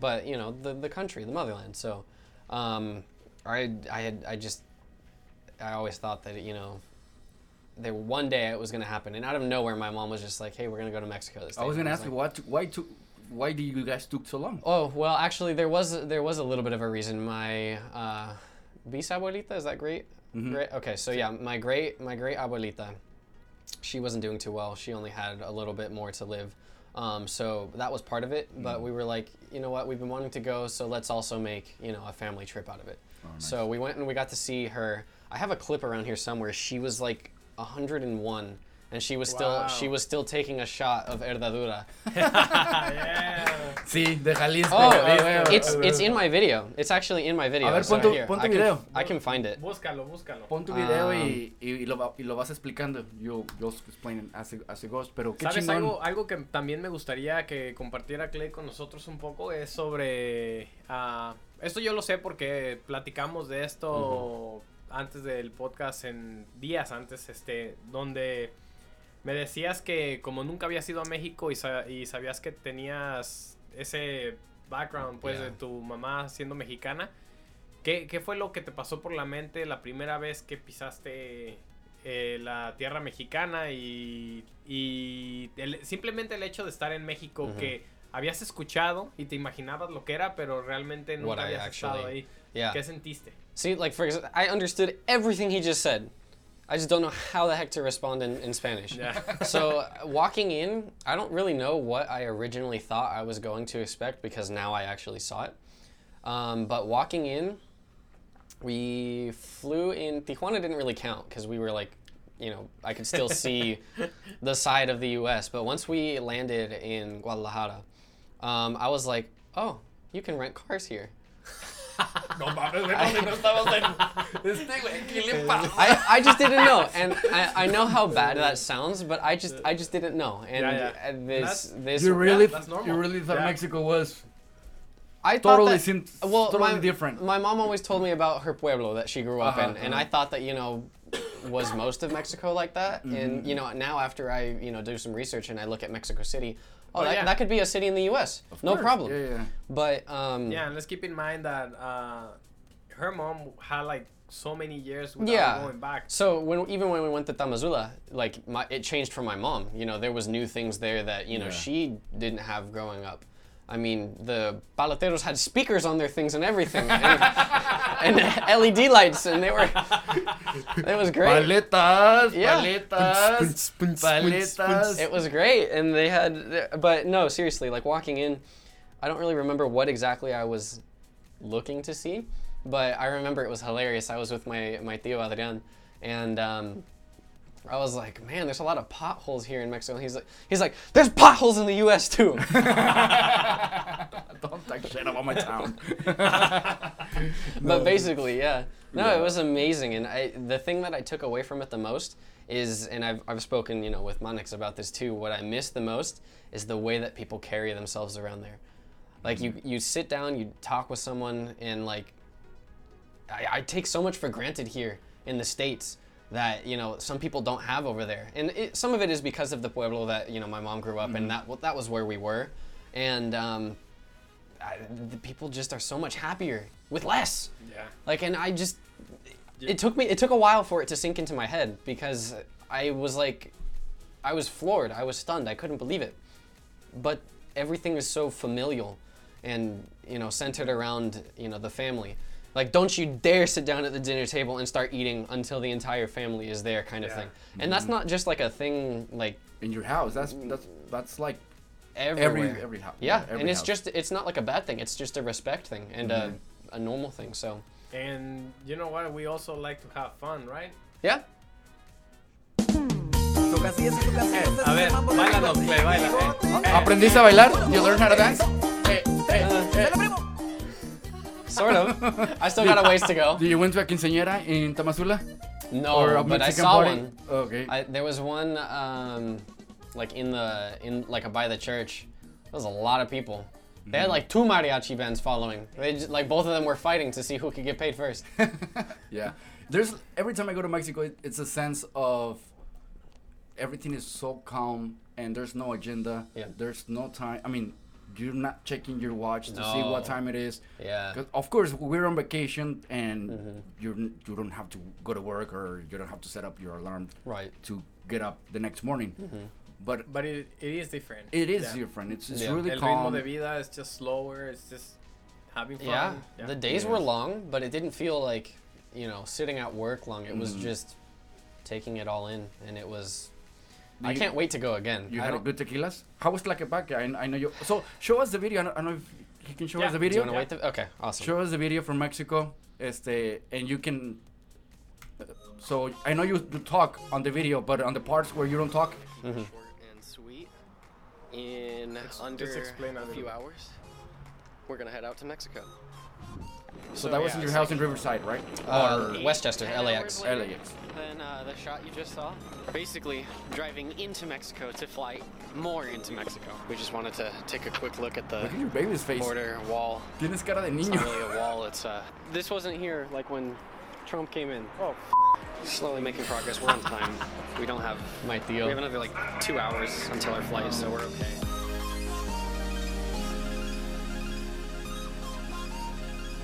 S7: but you know, the the country, the motherland. So, um, I I had I just I always thought that you know. There, one day it was gonna happen, and out of nowhere, my mom was just like, "Hey, we're gonna go to Mexico this
S3: I
S7: day."
S3: was
S7: And
S3: gonna
S7: I
S3: ask you
S7: like,
S3: what why took why did you guys took so long
S7: Oh well, actually, there was there was a little bit of a reason. My uh, bisabuelita is that great? Great. Okay, so yeah, my great my great abuelita, she wasn't doing too well. She only had a little bit more to live, um, so that was part of it. But we were like, you know what? We've been wanting to go, so let's also make you know a family trip out of it. So we went and we got to see her. I have a clip around here somewhere. She was like 101, and she was
S4: Wow.
S7: still she was still taking a shot of herdadura.
S4: Ah,
S3: sí de Jalisco
S7: Oh,
S3: güey,
S7: it-
S3: güey, güey,
S7: it's
S3: güey.
S7: it's in my video. It's actually in my video.
S3: A ver,
S7: so
S3: pon tu-
S7: here,
S3: pon tu
S7: I can,
S3: video.
S7: I can find it.
S4: Búscalo, búscalo.
S3: Pon tu video
S7: Um,
S3: y, y, y lo, va- y lo vas explicando. Yo, yo explain as it, as it goes, pero qué
S4: ¿Sabes
S3: chingón.
S4: algo, algo que también me gustaría que compartiera Clay con nosotros un poco? Es sobre... ah, esto yo lo sé porque platicamos de esto antes del podcast, en días antes, este, donde me decías que como nunca habías ido a México y, sa- y sabías que tenías ese background pues
S7: Yeah.
S4: de tu mamá siendo mexicana, ¿qué, ¿qué fue lo que te pasó por la mente la primera vez que pisaste eh, la tierra mexicana y, y el- simplemente el hecho de estar en México
S7: Ujú.
S4: que habías escuchado y te imaginabas lo que era, pero realmente
S7: What
S4: nunca
S7: I
S4: habías estado
S7: actually-
S4: ahí?
S7: yeah.
S4: ¿Qué sentiste?
S7: See, like for example, I understood everything he just said. I just don't know how the heck to respond in, in Spanish. <laughs> so uh, walking in, I don't really know what I originally thought I was going to expect because now I actually saw it. Um, but walking in, we flew in. Tijuana didn't really count because we were like, you know, I could still see the side of the U.S. But once we landed in Guadalajara, um, I was like, oh, you can rent cars here.
S4: <laughs>
S7: I, I just didn't know, and I, I know how bad that sounds, but I just I just didn't know, and
S4: Yeah, yeah.
S7: uh, this
S4: That's-
S7: this
S3: you really,
S4: that's normal.
S3: you really thought
S4: Yeah.
S3: Mexico was
S7: I thought
S3: totally
S7: that-
S3: seemed
S7: well,
S3: totally
S7: my,
S3: different.
S7: My mom always told me about her pueblo that she grew up
S3: Uh-huh,
S7: in, and I thought that you know was most of Mexico like that,
S3: Mm-hmm.
S7: and you know now after I you know do some research and I look at Mexico City, oh, that,
S4: yeah.
S7: that could be a city in the U.S. no
S3: course.
S7: problem.
S3: Yeah, yeah.
S7: But um,
S4: Yeah, and let's keep in mind that uh, her mom had like so many years without
S7: yeah.
S4: going back.
S7: So when even when we went to Tamazula, like my, it changed for my mom. You know, there was new things there that you know
S3: Yeah.
S7: she didn't have growing up. I mean, the palateros had speakers on their things and <laughs> everything, and, and LED lights, and they were. <laughs> It was great.
S3: Paletas,
S7: Yeah. <laughs>
S3: paletas, paletas.
S7: It was great, and they had. But no, seriously, like walking in, I don't really remember what exactly I was looking to see, but I remember it was hilarious. I was with my my tío Adrián, and. Um, I was like, man, there's a lot of potholes here in Mexico. And he's like, he's like, there's potholes in the U.S. too.
S3: Don't talk shit about my <laughs> town.
S7: but basically, yeah. No, it was amazing, and I, the thing that I took away from it the most is, and I've, I've spoken, you know, with Monix about this too. What I miss the most is the way that people carry themselves around there. Like you, you sit down, you talk with someone, and like, I, I take so much for granted here in the states that you know some people don't have over there, and it, some of it is because of the pueblo that you know my mom grew up in. That well, that was where we were, and. Um, I, the people just are so much happier with less.
S4: Yeah.
S7: Like, and I just, it took me, it took a while for it to sink into my head because I was like, I was floored, I was stunned, I couldn't believe it. But everything is so familial, and you know, centered around you know the family. Like, don't you dare sit down at the dinner table and start eating until the entire family is there, kind of
S4: Yeah.
S7: thing. And that's
S3: Mm-hmm.
S7: not just like a thing like
S3: In your house, that's that's that's like
S7: everywhere.
S3: every hou-
S7: Yeah,
S3: yeah, every
S7: and it's
S3: house.
S7: just it's not like a bad thing. It's just a respect thing and
S3: Mm-hmm.
S7: a, a normal thing. So
S4: And you know what? We also like to have fun, right?
S7: yeah,
S4: Eh,
S1: Eh,
S4: A ver, báilanos, Clay, baila. eh.
S3: ¿Aprendiste a bailar? You learn how to dance? Hey, hey, hey.
S7: Uh, sort of. I still got a ways
S3: <laughs>
S7: to go.
S3: Did you went to a quinceañera in Tamazula?
S7: No, Oh, but I saw one.
S3: Okay.
S7: I, there was one um, like in the in like by the church. There was a lot of people. They had like two mariachi bands following. They just, like both of them were fighting to see who could get paid first.
S3: yeah. There's every time I go to Mexico, it, it's a sense of everything is so calm and there's no agenda.
S7: Yeah.
S3: There's no time. I mean, you're not checking your watch to see what
S7: No.
S3: time it is.
S7: Yeah. Mm-hmm.
S3: 'Cause Of course, we're on vacation and you're n- you don't have to go to work or you don't have to set up your alarm
S7: Right. Mm-hmm.
S3: to get up the next morning. But
S4: But it, it is different.
S3: it is
S4: Yeah.
S3: different. It's, it's
S7: Yeah.
S3: really
S4: El
S3: calm.
S4: ritmo de vida is just slower. It's just having fun.
S7: Yeah,
S4: Yeah.
S7: the days were long, but it didn't feel like, you know, sitting at work long. It was just taking it all in, and it was. I
S3: you-
S7: can't wait to go again.
S3: You
S7: I
S3: had a
S7: don't-
S3: good tequilas. How was Tlaquepaque? I, I know you. So show us the video. I don't, I don't know if you can show
S4: Yeah.
S3: us the
S4: Do you
S7: Do you
S3: video.
S7: want to wait? To, okay, awesome.
S3: Show us the video from Mexico. Este, and you can. So I know you, you talk on the video, but on the parts where you don't talk,
S9: Short and sweet. In under
S4: explain a
S9: a
S4: little
S9: few
S4: bit.
S9: hours, we're gonna head out to Mexico.
S3: so that was in
S4: yeah,
S3: your house in Riverside, right?
S7: Uh,
S3: or
S7: Westchester,
S9: Ten hours
S7: LAX.
S9: later
S3: LAX.
S9: Than uh, the shot you just saw. Basically, driving into Mexico to fly more into Mexico. We just wanted to take a quick look at the
S3: Look at your baby's face.
S9: border wall.
S3: Tienes cara de
S9: It's
S3: niño. <laughs>
S9: not really a wall. It's uh. This wasn't here like when Trump came in. Oh. Slowly making progress. We're on time. We don't have.
S7: My
S9: We have
S7: deal.
S9: another like two hours until our flight, so we're okay.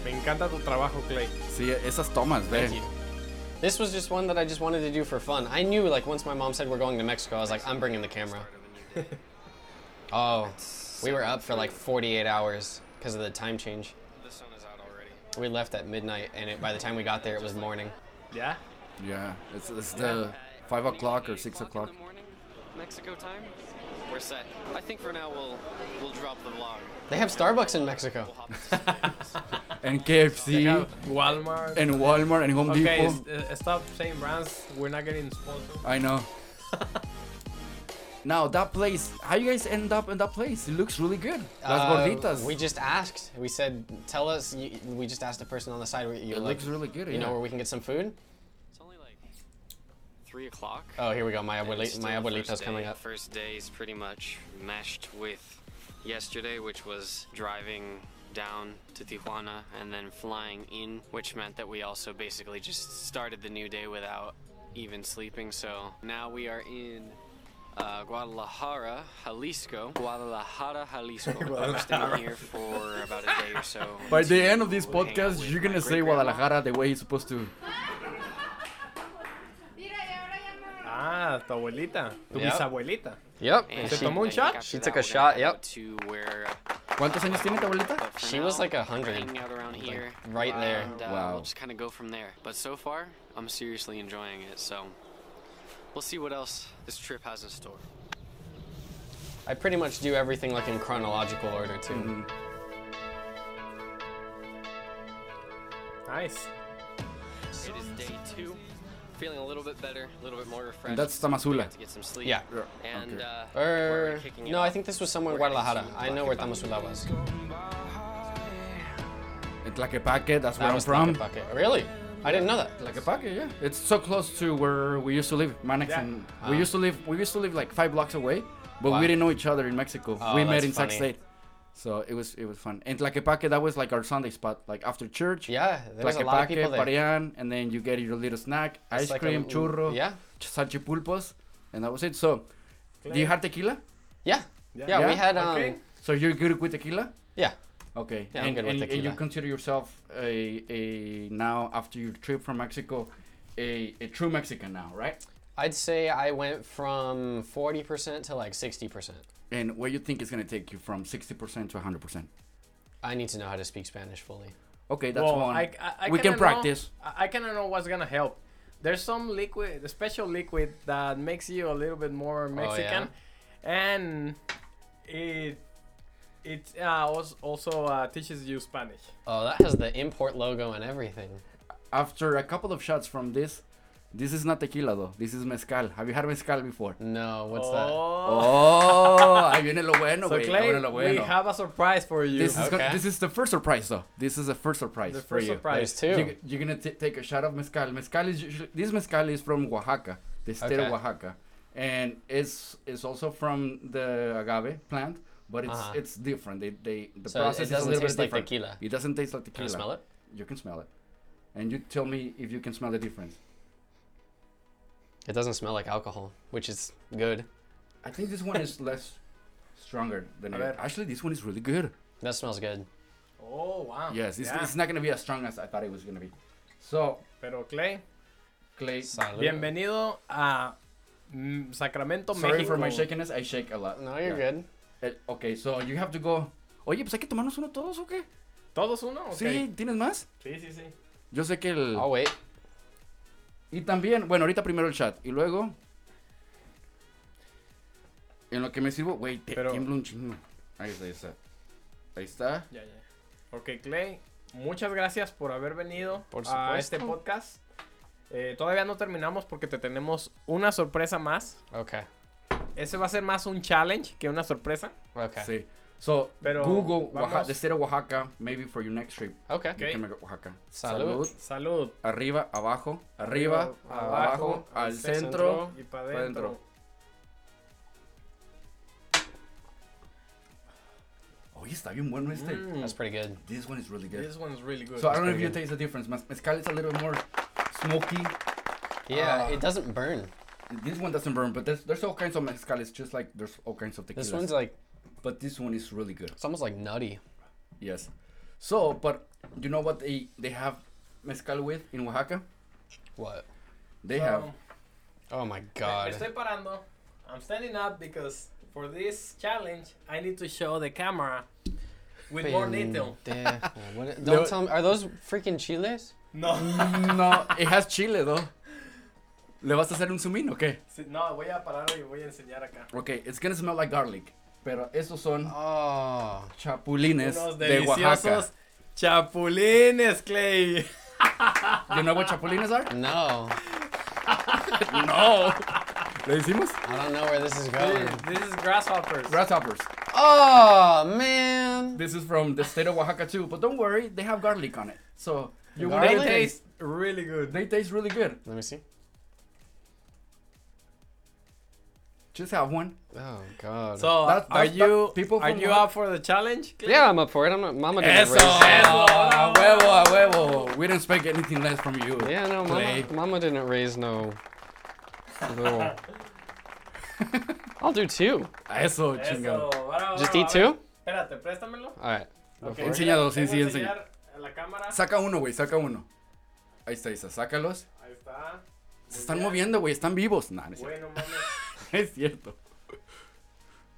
S4: Me encanta tu trabajo, Clay.
S3: Sí, esas tomas,
S7: Thank
S3: ve.
S7: you. This was just one that I just wanted to do for fun. I knew, like, once my mom said we're going to Mexico, I was like, I'm bringing the camera. <laughs> oh, we were up for like 48 hours because of the time change.
S9: The sun is out already.
S7: We left at midnight, and it, by the time we got there, it was morning.
S4: Yeah.
S3: Yeah, it's, it's the five o'clock or six o'clock.
S9: in the morning, Mexico time. We're set. I think for now we'll we'll drop the vlog.
S7: They have Starbucks in Mexico.
S9: We'll hop into
S3: And KFC,
S4: Walmart.
S3: and Walmart, and Home
S4: okay,
S3: Depot.
S4: s- uh, stop saying brands. We're not getting sponsored.
S3: I know. now that place, how you guys end up in that place? It looks really good. Las
S7: Uh,
S3: gorditas.
S7: We just asked. We said, tell us. You, we just asked a person on the side. You,
S3: it
S7: like,
S3: looks really good.
S7: you
S3: yeah.
S7: know where we can get some food?
S9: it's only like three o'clock.
S7: Oh, here we go. My,
S9: and it's
S7: abueli-
S9: still
S7: my
S9: the
S7: abuelita's
S9: first
S7: coming
S9: day.
S7: up.
S9: First day is pretty much meshed with yesterday, which was driving down to Tijuana and then flying in, which meant that we also basically just started the new day without even sleeping. So now we are in uh, Guadalajara, Jalisco. Guadalajara,
S4: <laughs>
S9: Jalisco. I'm staying here for about a day or so.
S3: By the
S9: to
S3: end of this
S9: hang out
S3: podcast,
S9: with
S3: you're
S9: my
S3: gonna say
S9: great-grandma.
S3: Guadalajara the way he's supposed to.
S4: Ah, tu abuelita. Tu
S7: Yep.
S4: bisabuelita.
S7: Yep.
S9: And
S7: she,
S4: tomó un
S9: I think
S4: shot?
S9: after
S7: She
S9: that,
S7: took a
S9: we're gonna
S7: shot,
S9: head
S7: yep.
S9: out To where,
S3: ¿Cuántos años tiene tu abuelita?
S9: but for
S7: She was
S9: now,
S7: like a
S9: we're
S7: hundred.
S9: hanging out around here,
S7: right there.
S9: And, uh,
S3: Wow.
S9: We'll just kind of go from there. But so far, I'm seriously enjoying it. So we'll see what else this trip has in store.
S7: I pretty much do everything like in chronological order too.
S4: Nice.
S9: It is day two. Feeling a little bit better, a little bit more refreshed.
S3: And that's Tamazula.
S9: to get some sleep.
S7: Yeah.
S9: And
S3: Okay.
S9: uh, we're
S7: Or
S9: kicking it
S7: no, I
S9: off.
S7: think this was somewhere in
S9: We're heading
S7: Guadalajara.
S9: to
S7: I know where
S9: Tlaquepaque.
S7: Tamasula was.
S3: In Tlaquepaque, that's where
S7: That
S3: I'm
S7: was
S3: from.
S7: Tlaquepaque. Really? I didn't know that.
S3: Tlaquepaque, yeah. It's so close to where we used to live, Manax
S4: Yeah.
S3: and
S7: Ah.
S3: we used to live. We used to live like five blocks away, but
S7: Wow.
S3: we didn't know each other in Mexico.
S7: Oh,
S3: we met
S7: that's
S3: in Sac
S7: funny.
S3: State, so it was it was fun. And Tlaquepaque, that was like our Sunday spot, like after church.
S7: Yeah, there was a lot of
S3: Tlaquepaque,
S7: people there.
S3: Parian, and then you get your little snack,
S7: It's
S3: ice
S7: like a
S3: cream,
S7: little-
S3: churro,
S7: yeah.
S3: ch- salchipulpos, and that was it. So, do you have tequila?
S7: Yeah. Yeah,
S3: Yeah?
S7: we had um
S4: Okay.
S3: So you're good with tequila?
S7: yeah.
S3: Okay.
S7: Yeah, I'm
S3: and,
S7: good with
S3: and- and you
S7: tequila.
S3: consider yourself a, a now after your trip from Mexico, a, a true Mexican now, right?
S7: I'd say I went from 40% to like 60%.
S3: And where you think it's gonna take you from sixty percent to hundred percent?
S7: I need to know how to speak Spanish fully.
S3: Okay, that's
S4: Well,
S3: one.
S4: I, I, I
S3: we
S4: kinda
S3: can practice.
S4: Know, I, I kind of know what's gonna help. There's some liquid, a special liquid that makes you a little bit more Mexican, and it it uh, als- also uh, teaches you Spanish.
S7: Oh, that has the import logo and everything.
S3: After a couple of shots from this, this is not tequila though. This is mezcal. Have you had mezcal before?
S7: No, what's
S4: Oh,
S3: Oh, ahí viene lo bueno,
S4: so
S3: güey. ahora
S4: Clay,
S3: lo
S4: we
S3: bueno.
S4: have a surprise for you.
S3: this is
S7: Okay.
S3: gonna- this is the first surprise though. This is the first surprise
S4: the
S3: for
S4: first
S3: you.
S7: that?
S4: surprise.
S7: There's two.
S3: You, you're gonna t- take a shot of mezcal. Mezcal is usually, this mezcal is from Oaxaca, the state
S7: Okay.
S3: of Oaxaca, and it's it's also from the agave plant, but it's
S7: Uh-huh.
S3: it's different. They they the
S7: So it
S3: process is a
S7: doesn't
S3: little
S7: taste
S3: bit
S7: like
S3: different.
S7: tequila?
S3: It doesn't taste like
S7: Can I
S3: tequila.
S7: smell it?
S3: You can smell it, and you tell me if you can smell the difference.
S7: It doesn't smell like alcohol, which is good.
S3: I think this one
S7: <laughs>
S3: is less stronger than
S4: A
S3: it.
S4: ver.
S3: Actually, this one is really good.
S7: That smells good.
S4: Oh wow.
S3: Yes, it's,
S4: Yeah.
S3: it's not gonna be as strong as I thought it was gonna be. So
S4: Pero Clay,
S3: Clay,
S7: Salud.
S4: bienvenido a mm, Sacramento,
S3: sorry
S4: México.
S3: for my shakiness. I shake a lot.
S7: No, you're
S3: Yeah.
S7: good.
S3: Eh, ok, so you have to go. Oye, pues hay que tomarnos uno todos o qué?
S4: Todos uno.
S3: Sí,
S4: Okay.
S3: ¿tienes más?
S4: Sí, sí, sí.
S3: Yo sé que el.
S7: I'll wait.
S3: Y también, bueno, ahorita primero el chat y luego. En lo que me sirvo, güey, te
S4: Pero-
S3: tiembla un chingo. Ahí está, ahí está. Ahí está.
S4: Ya, ya. Ok, Clay, muchas gracias por haber venido
S7: Por
S4: a
S7: supuesto.
S4: este podcast. Eh, todavía no terminamos porque te tenemos una sorpresa más.
S7: Okay.
S4: Ese va a ser más un challenge que una sorpresa.
S7: Okay.
S3: Sí. So,
S4: Pero
S3: Google,
S4: vamos-
S3: Oaxaca, the state of Oaxaca, maybe for your next trip.
S7: Okay.
S3: You can make it Oaxaca.
S7: Ah, Salud.
S4: Salud.
S3: Arriba, abajo, arriba, abajo, al centro.
S4: y para
S3: pa'
S4: adentro.
S3: adentro. Oye, está bien bueno este.
S7: That's pretty good.
S3: This one is really good.
S4: This one's really good.
S3: So I don't know if you
S7: pretty
S3: taste the difference. Mez- Mezcal is a little more smoky.
S7: Yeah,
S3: Ah.
S7: it doesn't burn.
S3: This one doesn't burn, but there's, there's all kinds of mezcal. It's just like there's all kinds of tequilas.
S7: This one's like
S3: but this one is really good.
S7: it's almost like nutty.
S3: Yes. So, but you know what they they have mezcal with in Oaxaca?
S7: What?
S3: They have Ah,
S7: Oh my
S4: Me
S7: god.
S4: estoy parando. I'm standing up because for this challenge I need to show the camera with more
S7: <laughs>
S4: detail.
S7: Pendejo. What- Don't tell me. Are those freaking chiles?
S4: No, <laughs>
S3: no, it has chile though. Le vas a hacer un zoom in, okay?
S4: sí, no, voy a parar y voy a enseñar acá.
S3: Okay, it's gonna smell like garlic. Pero esos son
S7: Oh.
S3: chapulines
S4: Unos
S3: de Oaxaca.
S4: deliciosos chapulines, Clay.
S3: You know what chapulines
S4: <laughs>
S3: are?
S7: No.
S3: no. ¿Le hicimos?
S7: I don't know where this is going.
S4: This is grasshoppers.
S3: Grasshoppers.
S7: Oh, man.
S3: This is from the state of Oaxaca too, but don't worry, they have garlic on it. So you will
S4: they
S7: Garlic?
S4: taste really good.
S3: They taste really good.
S7: Let me see.
S3: Just have one.
S7: Oh, God.
S4: So,
S3: That-
S4: are
S3: that-
S4: you
S3: that- people
S4: are
S3: from
S4: you
S3: Oaxaca-
S4: up for the challenge?
S7: yeah, I'm up for it. I'm not, Mama didn't
S4: Eso.
S7: raise
S4: Eso.
S3: Ah, huevo, a huevo. We didn't expect anything less from you.
S7: Yeah, no,
S3: Clay.
S7: <laughs> Mama, Mama didn't raise no little I'll do two.
S3: A eso,
S4: Eso,
S3: chingado.
S4: bravo,
S7: Just
S4: bravo,
S7: eat
S4: a ver,
S7: two?
S4: Espérate, préstamelo.
S7: All right.
S4: Ok,
S3: Enseña
S4: voy a-
S3: dos, sí,
S4: voy a
S3: sí, enseña.
S4: enseñar A la cámara.
S3: Saca uno, güey, saca uno. Ahí está, ahí está, sácalos.
S4: Ahí está.
S3: Se están moviendo, güey, están vivos. Nah, no es, cierto.
S4: Bueno, mames.
S3: <laughs> es cierto.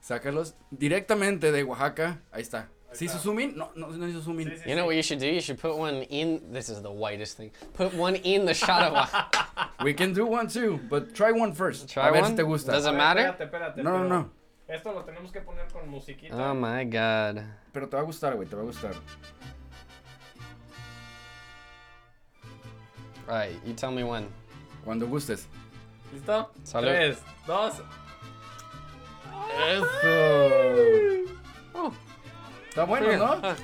S3: Sácalos directamente de Oaxaca. Ahí está. ¿Se hizo zoom in? No, no, no hizo zoom in.
S4: Sí, sí,
S7: You know what you should do? You should put one in. This is the whitest thing. Put one
S3: <laughs>
S7: in the shot of wine.
S3: We can do one too, but try one first.
S7: Try
S3: a ver
S7: one?
S3: si te gusta.
S7: Doesn't
S4: A ver,
S7: matter?
S4: Espérate, espérate.
S3: No, no,
S4: pero
S3: no.
S4: Esto lo tenemos que poner con musiquita.
S7: Oh my god.
S3: Pero te va a gustar, güey, te va a gustar.
S7: All right, you tell me when.
S3: Cuando gustes.
S4: ¿Listo?
S7: Salud.
S4: Tres, dos.
S3: Eso.
S4: Oh.
S3: Está bueno,
S4: Ah.
S3: ¿no?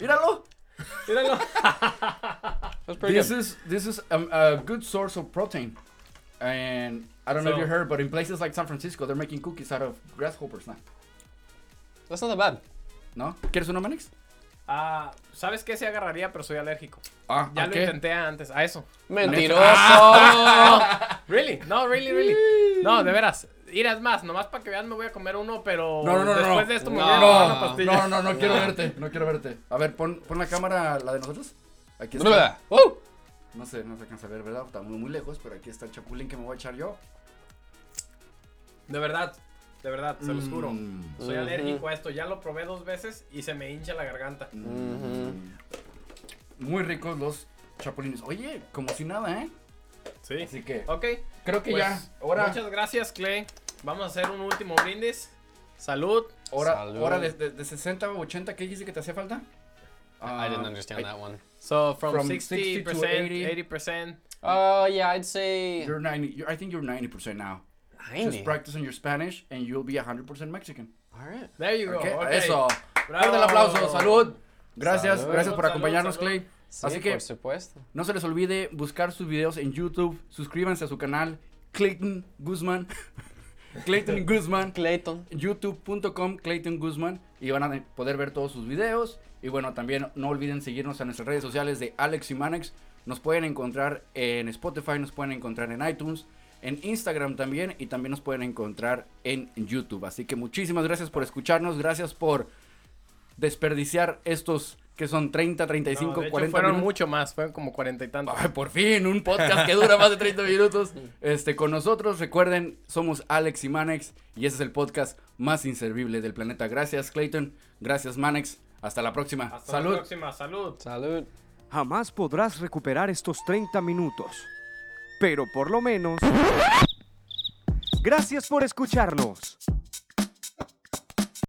S3: Míralo.
S4: Míralo. <laughs>
S7: That's pretty
S3: This
S7: good.
S3: is this is um, a good source of protein, and I don't know if
S4: So-
S3: you heard, but in places like San Francisco, they're making cookies out of grasshoppers now.
S7: That's not that bad.
S3: ¿No? ¿Quieres uno, Manix?
S4: Ah, ¿Sabes qué se agarraría? Pero soy alérgico.
S3: Ah,
S4: Ya
S3: ¿a
S4: lo
S3: qué?
S4: intenté antes, a eso.
S3: Ah!
S7: Mentiroso.
S4: Really? No, really, really.
S3: Mm.
S4: No, de veras. Irás más, nomás para que vean me voy a comer uno, pero
S3: No, no, no, no, no.
S4: después de esto me
S7: No.
S4: voy a comer Ah, una pastilla. Ah.
S3: No, no, no quiero verte, no quiero verte. A ver, pon, pon la cámara, la de nosotros. Aquí
S7: Blah.
S3: está.
S7: Woo!
S3: No sé, no se alcanza a ver, ¿verdad? Está muy, muy lejos, pero aquí está el chapulín que me voy a echar yo.
S4: De verdad, de verdad, se los juro.
S3: Mm.
S4: Soy alérgico a esto, ya lo probé dos veces y se me hincha la garganta.
S3: Mm. Mm-hmm. Muy ricos los chapulines. Oye, como si nada, ¿eh?
S4: Sí.
S3: Así que
S4: Ok.
S3: creo que
S4: pues,
S3: ya. Ahora,
S4: Muchas gracias, Clay. Vamos a hacer un último brindis. Salud.
S3: ahora,
S7: Salud.
S3: ahora de, de- de 60 o 80, ¿qué dijiste que te hacía falta?
S7: I didn't
S3: Ah,
S7: understand
S3: ahí-
S7: that one.
S4: So, from,
S3: From
S4: 60%,
S3: 60 to 80.
S4: 80%.
S7: Oh yeah, I'd say
S3: You're 90, you're- I think you're 90% now. Just
S7: 90.
S3: practice on your Spanish and you'll be 100% Mexican.
S7: All right.
S4: There you go.
S3: ¿Qué?
S4: ok.
S3: Eso.
S4: Bravo.
S3: Fuerte el aplauso. Salud. Gracias,
S7: Salud.
S3: gracias por
S4: Salud,
S3: acompañarnos,
S4: salud.
S3: Clay.
S7: Sí,
S3: Así que
S7: por supuesto.
S3: no se les olvide buscar sus videos en YouTube. Suscríbanse a su canal Clayton Guzmán. <laughs> Clayton Guzmán.
S7: Clayton.
S3: youtube.com Clayton Guzmán y van a poder ver todos sus videos. Y bueno, también no olviden seguirnos a nuestras redes sociales de Alex y Manex. Nos pueden encontrar en Spotify, nos pueden encontrar en iTunes, en Instagram también y también nos pueden encontrar en YouTube. Así que muchísimas gracias por escucharnos, gracias por desperdiciar estos que son 30, 35,
S4: No, de hecho,
S3: 40
S4: fueron
S3: minutos.
S4: mucho más, fueron como cuarenta y tantos.
S3: Ay, <laughs> por fin, un podcast que dura más de 30 minutos. Este, con nosotros, recuerden, somos Alex y Manex y ese es el podcast más inservible del planeta. Gracias, Clayton. Gracias, Manex. Hasta la próxima.
S4: Hasta
S3: Salud.
S4: la próxima, salud.
S7: Salud.
S1: Jamás podrás recuperar estos 30 minutos. Pero por lo menos... Gracias por escucharnos.